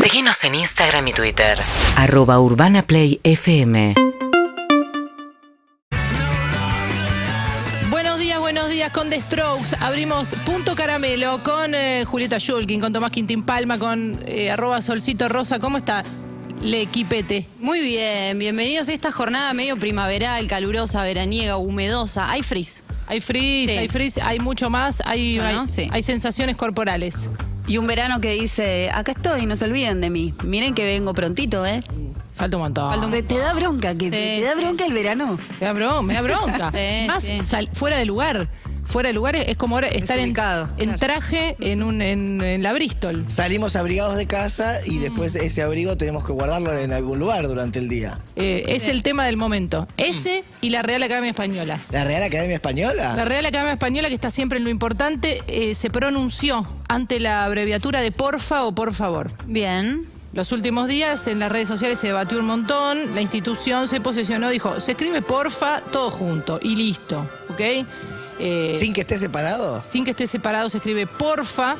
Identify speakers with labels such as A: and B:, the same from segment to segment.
A: Seguinos en Instagram y Twitter.
B: Arroba Urbana Play FM.
C: Buenos días, buenos días con The Strokes. Abrimos Punto Caramelo con eh, Julieta Shulkin, con Tomás Quintín Palma, con eh, arroba Solcito Rosa. ¿Cómo está? Le equipete.
D: Muy bien, bienvenidos a esta jornada medio primaveral, calurosa, veraniega, humedosa. Hay frizz.
C: Hay frizz,
D: Sí.
C: hay frizz, hay mucho más, hay,
D: Mucho,
C: hay,
D: ¿no? Sí.
C: hay sensaciones corporales.
E: Y un verano que dice, acá estoy, no se olviden de mí. Miren que vengo prontito, ¿eh?
C: Falta un montón.
D: Falta un-
F: Te, te da bronca, que
D: Sí,
F: te da
D: sí.
F: bronca el verano.
C: Me da bronca, me da bronca.
D: Sí,
C: Más
D: sí.
C: sal- fuera de lugar. Fuera de lugar es es como ahora estar en,
E: Desubicado,
C: en
E: claro.
C: traje en, un, en, en la Bristol.
G: Salimos abrigados de casa
D: Mm.
G: y después ese abrigo tenemos que guardarlo en algún lugar durante el día.
C: Eh, es el tema del momento.
D: Mm.
C: Ese y la Real Academia Española.
G: ¿La Real Academia Española?
C: La Real Academia Española, que está siempre en lo importante, eh, se pronunció ante la abreviatura de porfa o por favor.
D: Bien.
C: Los últimos días en las redes sociales se debatió un montón, la institución se posicionó, dijo, se escribe porfa todo junto y listo, ¿ok? Eh,
G: ¿Sin que esté separado?
C: sin que esté separado se escribe porfa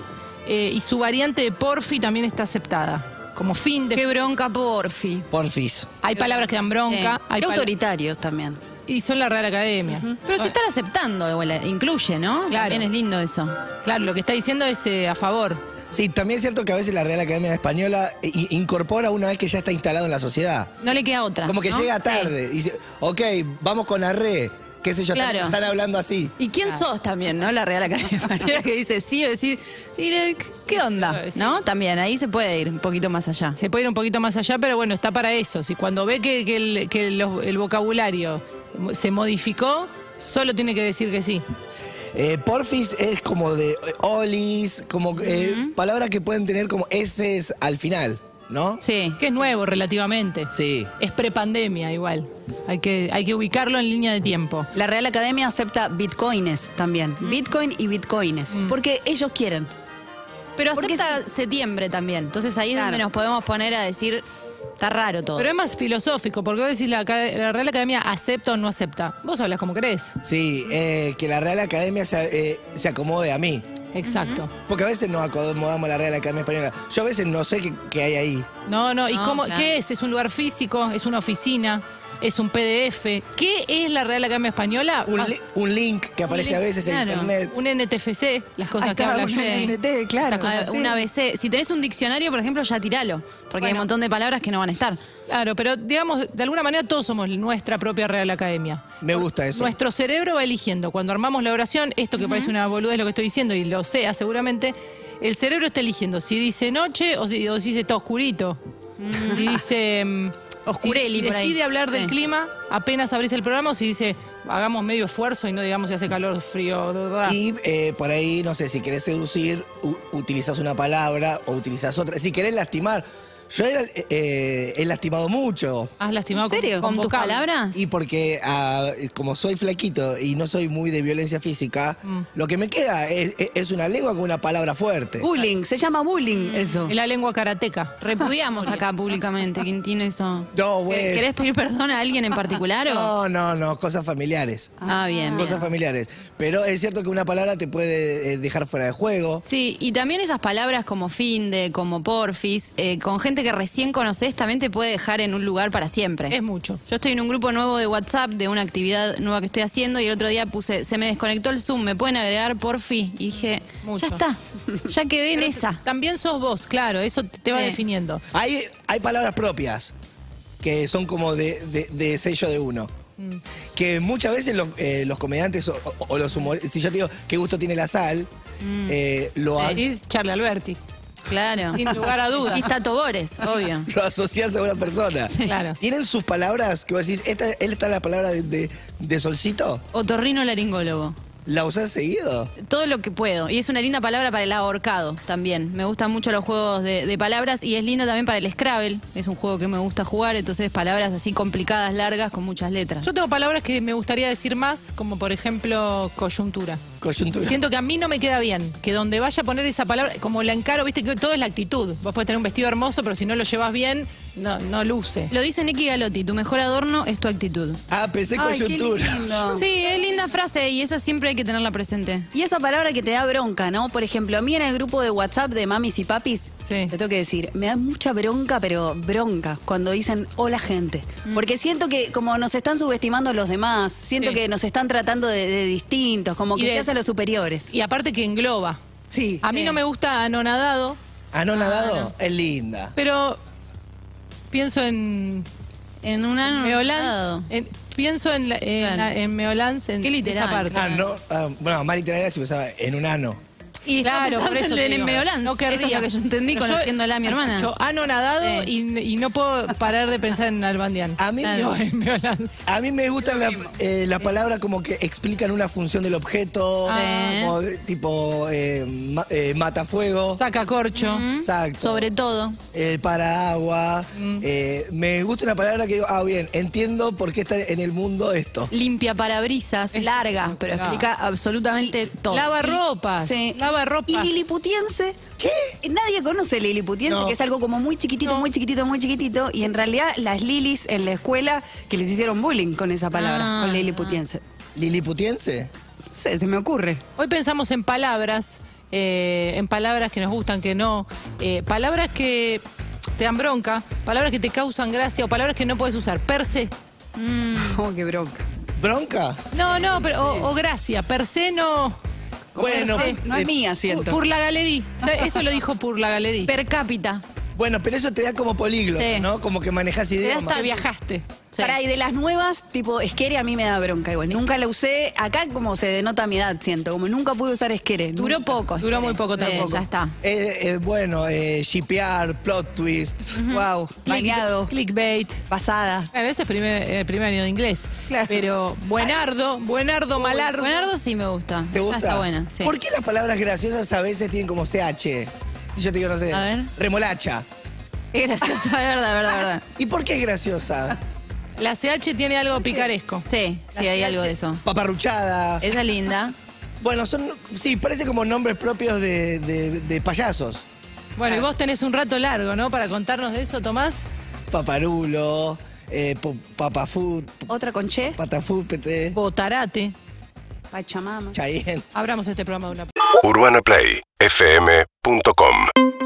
C: eh, y su variante de porfi también está aceptada. Como fin de...
D: Qué bronca, porfi.
G: Porfis.
C: hay palabras que dan bronca.
D: Sí.
C: hay
E: Y
C: pala-
E: autoritarios también.
C: Y son la Real Academia.
D: Pero si están aceptando, igual, eh, incluye, ¿no?
C: Claro.
D: También es lindo eso.
C: Claro, lo que está diciendo es eh, a favor.
G: Sí, también es cierto que a veces la Real Academia Española i- incorpora una vez que ya está instalado en la sociedad.
D: No le queda otra.
G: Como que
D: Ah, ¿no?
G: llega
D: Sí.
G: tarde. y Dice, ok, vamos con Arre. Qué sé yo, están-
D: Claro.
G: están, hablando así.
D: ¿Y quién
E: Ah.
D: sos también, no? La Real Academia Española que dice sí o decir, mire, ¿qué onda?
C: Sí.
D: ¿No? También, ahí se puede ir un poquito más allá.
C: Se puede ir un poquito más allá, pero bueno, está para eso. Si cuando ve que, que el, que los- el vocabulario se modificó, solo tiene que decir que sí.
G: Eh, porfis es como de eh, olis, como eh,
D: Mm-hmm.
G: palabras que pueden tener como S al final, ¿no?
D: Sí.
C: Que es nuevo relativamente.
G: Sí.
C: Es prepandemia igual. Hay que, hay que ubicarlo en línea de tiempo.
E: La Real Academia acepta bitcoines también.
D: Mm.
E: Bitcoin y bitcoines. Porque ellos quieren.
D: Pero
E: Porque
D: acepta septiembre también. Entonces ahí es
E: Claro.
D: donde nos podemos poner a decir, está raro todo.
C: Pero es más filosófico, porque vos decís la, acad- la Real Academia acepta o no acepta. Vos hablas como crees.
G: Sí, eh, que la Real Academia se, eh, se acomode a mí.
C: Exacto.
G: Porque a veces nos acomodamos a la Real Academia Española. Yo a veces no sé qué, qué hay ahí.
C: No, no, ¿y
D: No,
C: cómo,
D: claro.
C: qué es? ¿Es un lugar físico? ¿Es una oficina? ¿Es un PDF? ¿Qué es la Real Academia Española?
G: Un,
C: Ah,
G: li- un link que aparece
C: link,
G: a veces
D: claro.
G: en internet.
C: un NTFC, las cosas
F: Ahí
C: que
F: está,
C: habla
F: un
C: Jenny.
F: NFT, claro.
C: Estas cosas
D: Ah, Una ABC. Si tenés un diccionario, por ejemplo, ya tiralo. Porque hay un
C: Bueno.
D: montón de palabras que no van a estar.
C: Claro, pero digamos, de alguna manera todos somos nuestra propia Real Academia.
G: Me gusta eso.
C: Nuestro cerebro va eligiendo. Cuando armamos la oración, esto que parece una boludez lo que estoy diciendo, y lo sea seguramente, el cerebro está eligiendo si dice noche o si, o si dice está oscurito. Si dice. mm,
D: Oscureli,
C: si- si
D: por ahí.
C: decide hablar del
D: Sí.
C: clima, apenas abrís el programa, o si dice hagamos medio esfuerzo y no digamos si hace calor o frío. bla, bla, bla.
G: Y eh, por ahí, no sé, si querés seducir, u- utilizás una palabra o utilizás otra. Si querés lastimar. Yo era, eh, he lastimado mucho.
C: ¿Has lastimado
E: ¿En serio?
D: ¿Con tus
C: vocablos.
D: palabras?
G: Y porque ah, como soy flaquito y no soy muy de violencia física, lo que me queda es, es- es una lengua con una palabra fuerte.
E: Bullying, se llama bullying eso.
C: En la lengua karateca.
D: Repudiamos acá públicamente, Quintín, eso.
G: No, bueno.
D: ¿Querés pedir perdón a alguien en particular? o?
G: No, no, no, cosas familiares.
D: Ah, bien. bien.
G: Cosas familiares. Pero es cierto que una palabra te puede eh, dejar fuera de juego.
D: Sí, y también esas palabras como finde, como porfis, eh, con gente que recién conoces, también te puede dejar en un lugar para siempre.
C: Es mucho.
D: Yo estoy en un grupo nuevo de WhatsApp de una actividad nueva que estoy haciendo y el otro día puse, se me desconectó el Zoom, ¿me pueden agregar porfi? Y dije,
C: Mucho.
D: ya está, ya quedé en esa.
C: También sos vos, claro, eso te te va
D: Sí.
C: definiendo.
G: Hay, hay palabras propias que son como de, de- de sello de uno.
E: Mm.
G: Que muchas veces los, eh, los comediantes o, o- o los humoristas, si yo te digo qué gusto tiene la sal,
E: Mm.
G: eh, lo, a-
C: Decís Charlie Alberti,
D: Claro.
C: sin lugar a dudas.
D: Y está Tobores, obvio.
G: lo asocias a una persona.
C: Claro.
G: ¿Tienen sus palabras que vos decís, esta, esta es la palabra de, de- de solcito?
D: Otorrino laringólogo.
G: ¿La usás seguido?
D: Todo lo que puedo. Y es una linda palabra para el ahorcado también. Me gustan mucho los juegos de, de palabras y es linda también para el Scrabble. Es un juego que me gusta jugar, entonces palabras así complicadas, largas, con muchas letras.
C: Yo tengo palabras que me gustaría decir más, como por ejemplo coyuntura.
G: Coyuntura.
C: Siento que a mí no me queda bien, que donde vaya a poner esa palabra, como la encaro, viste que todo es la actitud. Vos podés tener un vestido hermoso, pero si no lo llevas bien, no, no luce.
D: Lo dice Nicky Galotti, tu mejor adorno es tu actitud.
G: Ah, pensé
E: Ay, qué
G: coyuntura.
E: lindo.
D: Sí, es linda frase y esa siempre hay que tenerla presente.
E: Y esa palabra que te da bronca, ¿no? Por ejemplo, a mí en el grupo de WhatsApp de mamis y papis,
C: Sí.
E: te tengo que decir, me da mucha bronca, pero bronca, cuando dicen hola gente.
C: Mm.
E: Porque siento que como nos están subestimando los demás, siento
C: Sí.
E: que nos están tratando de, de distintos, como
C: Y
E: que
C: de-
E: se hacen los superiores. Ah,
C: Y aparte que engloba.
E: Sí.
C: A mí no me gusta anonadado,
G: Ah, no, nadado. Es linda.
C: pero pienso en
D: En un ano.
C: Meolans. en- pienso en, la- en,
D: Claro.
C: la- en Meolans en
D: Qué literal,
C: esa parte.
G: Ah, no. ah, bueno, más literaria si pensaba en un ano.
D: Y estaba
C: Claro,
D: pensando
C: por eso
D: en
C: te
D: el
C: digo.
D: Meolans.
C: No
D: eso es
C: querría.
D: lo que yo entendí
C: Pero yo-
D: conociéndola a mi hermana.
C: Yo anonadado y, y no puedo parar de pensar en Albandián.
G: A mí- eh.
C: no, en Meolans.
G: A mí me gusta la, eh, la palabra como que explican una función del objeto,
D: Ah.
G: como de- tipo eh, ma- eh, matafuego, Mm.
C: Saca corcho.
D: Mm.
G: exacto,
D: Sobre todo.
G: el paraagua. Eh, me gusta una palabra que digo, ah, bien, entiendo por qué está en el mundo esto.
D: Limpia parabrisas, larga, pero
C: claro.
D: explica absolutamente todo.
C: Lava ropas.
E: Sí.
C: Lava ropas.
E: Y liliputiense. ¿Qué? Nadie conoce liliputiense,
G: No.
E: que es algo como muy chiquitito, muy chiquitito, muy chiquitito. Y en realidad las lilis en la escuela que les hicieron bullying con esa
C: Ah.
E: palabra, con liliputiense.
G: ¿Liliputiense?
E: No sé, se me ocurre.
C: Hoy pensamos en palabras, eh, en palabras que nos gustan, que no, eh, palabras que te dan bronca, palabras que te causan gracia o palabras que no puedes usar. Per se.
E: Oh, qué bronca.
G: ¿Bronca?
C: No, no, pero, o, o gracia. Per se no.
G: Bueno,
E: No, no es
G: eh,
E: mía, siento.
C: Por la galería. Eso lo dijo por la galería.
D: Per cápita.
G: bueno, pero eso te da como políglota,
D: Sí.
G: ¿no? Como que manejas idiomas.
D: hasta-
C: viajaste.
D: Sí.
E: Pará, y de las nuevas, tipo, esquere a mí me da bronca igual. Nunca la usé. Acá como se denota mi edad, siento. Como nunca pude usar esquere.
D: Duró poco.
C: Duró muy poco
D: Sí,
C: tampoco.
D: Ya está.
G: Eh, eh, bueno, eh, shipear, plot twist.
E: Mm. Wow. Bañado.
C: Clickbait.
E: Pasada.
C: Bueno, ese es primer, el primer año de inglés.
E: Claro.
C: Pero buenardo, buenardo, malardo.
D: Leonardo sí me gusta.
G: ¿Te
D: Esa
G: gusta?
D: Ah, Está buena, sí.
G: ¿Por qué las palabras graciosas a veces tienen como CH? Si yo te digo, no sé,
D: A ver.
G: remolacha.
D: Es graciosa, de verdad, de verdad, de verdad.
G: ¿Y por qué es graciosa?
C: La CH tiene algo picaresco.
D: Sí, sí, hay algo de eso.
G: Paparruchada.
D: Esa es linda.
G: Bueno, son. Sí, parece como nombres propios de, de- de payasos.
C: Bueno,
E: Ah.
C: y vos tenés un rato largo, ¿no? Para contarnos de eso, Tomás.
G: Paparulo, eh, po- papafut,
E: Otra con Che.
G: patafúpete,
C: Botarate.
E: Pachamama.
G: chayén.
C: Abramos este programa de una
F: UrbanaPlayFM.com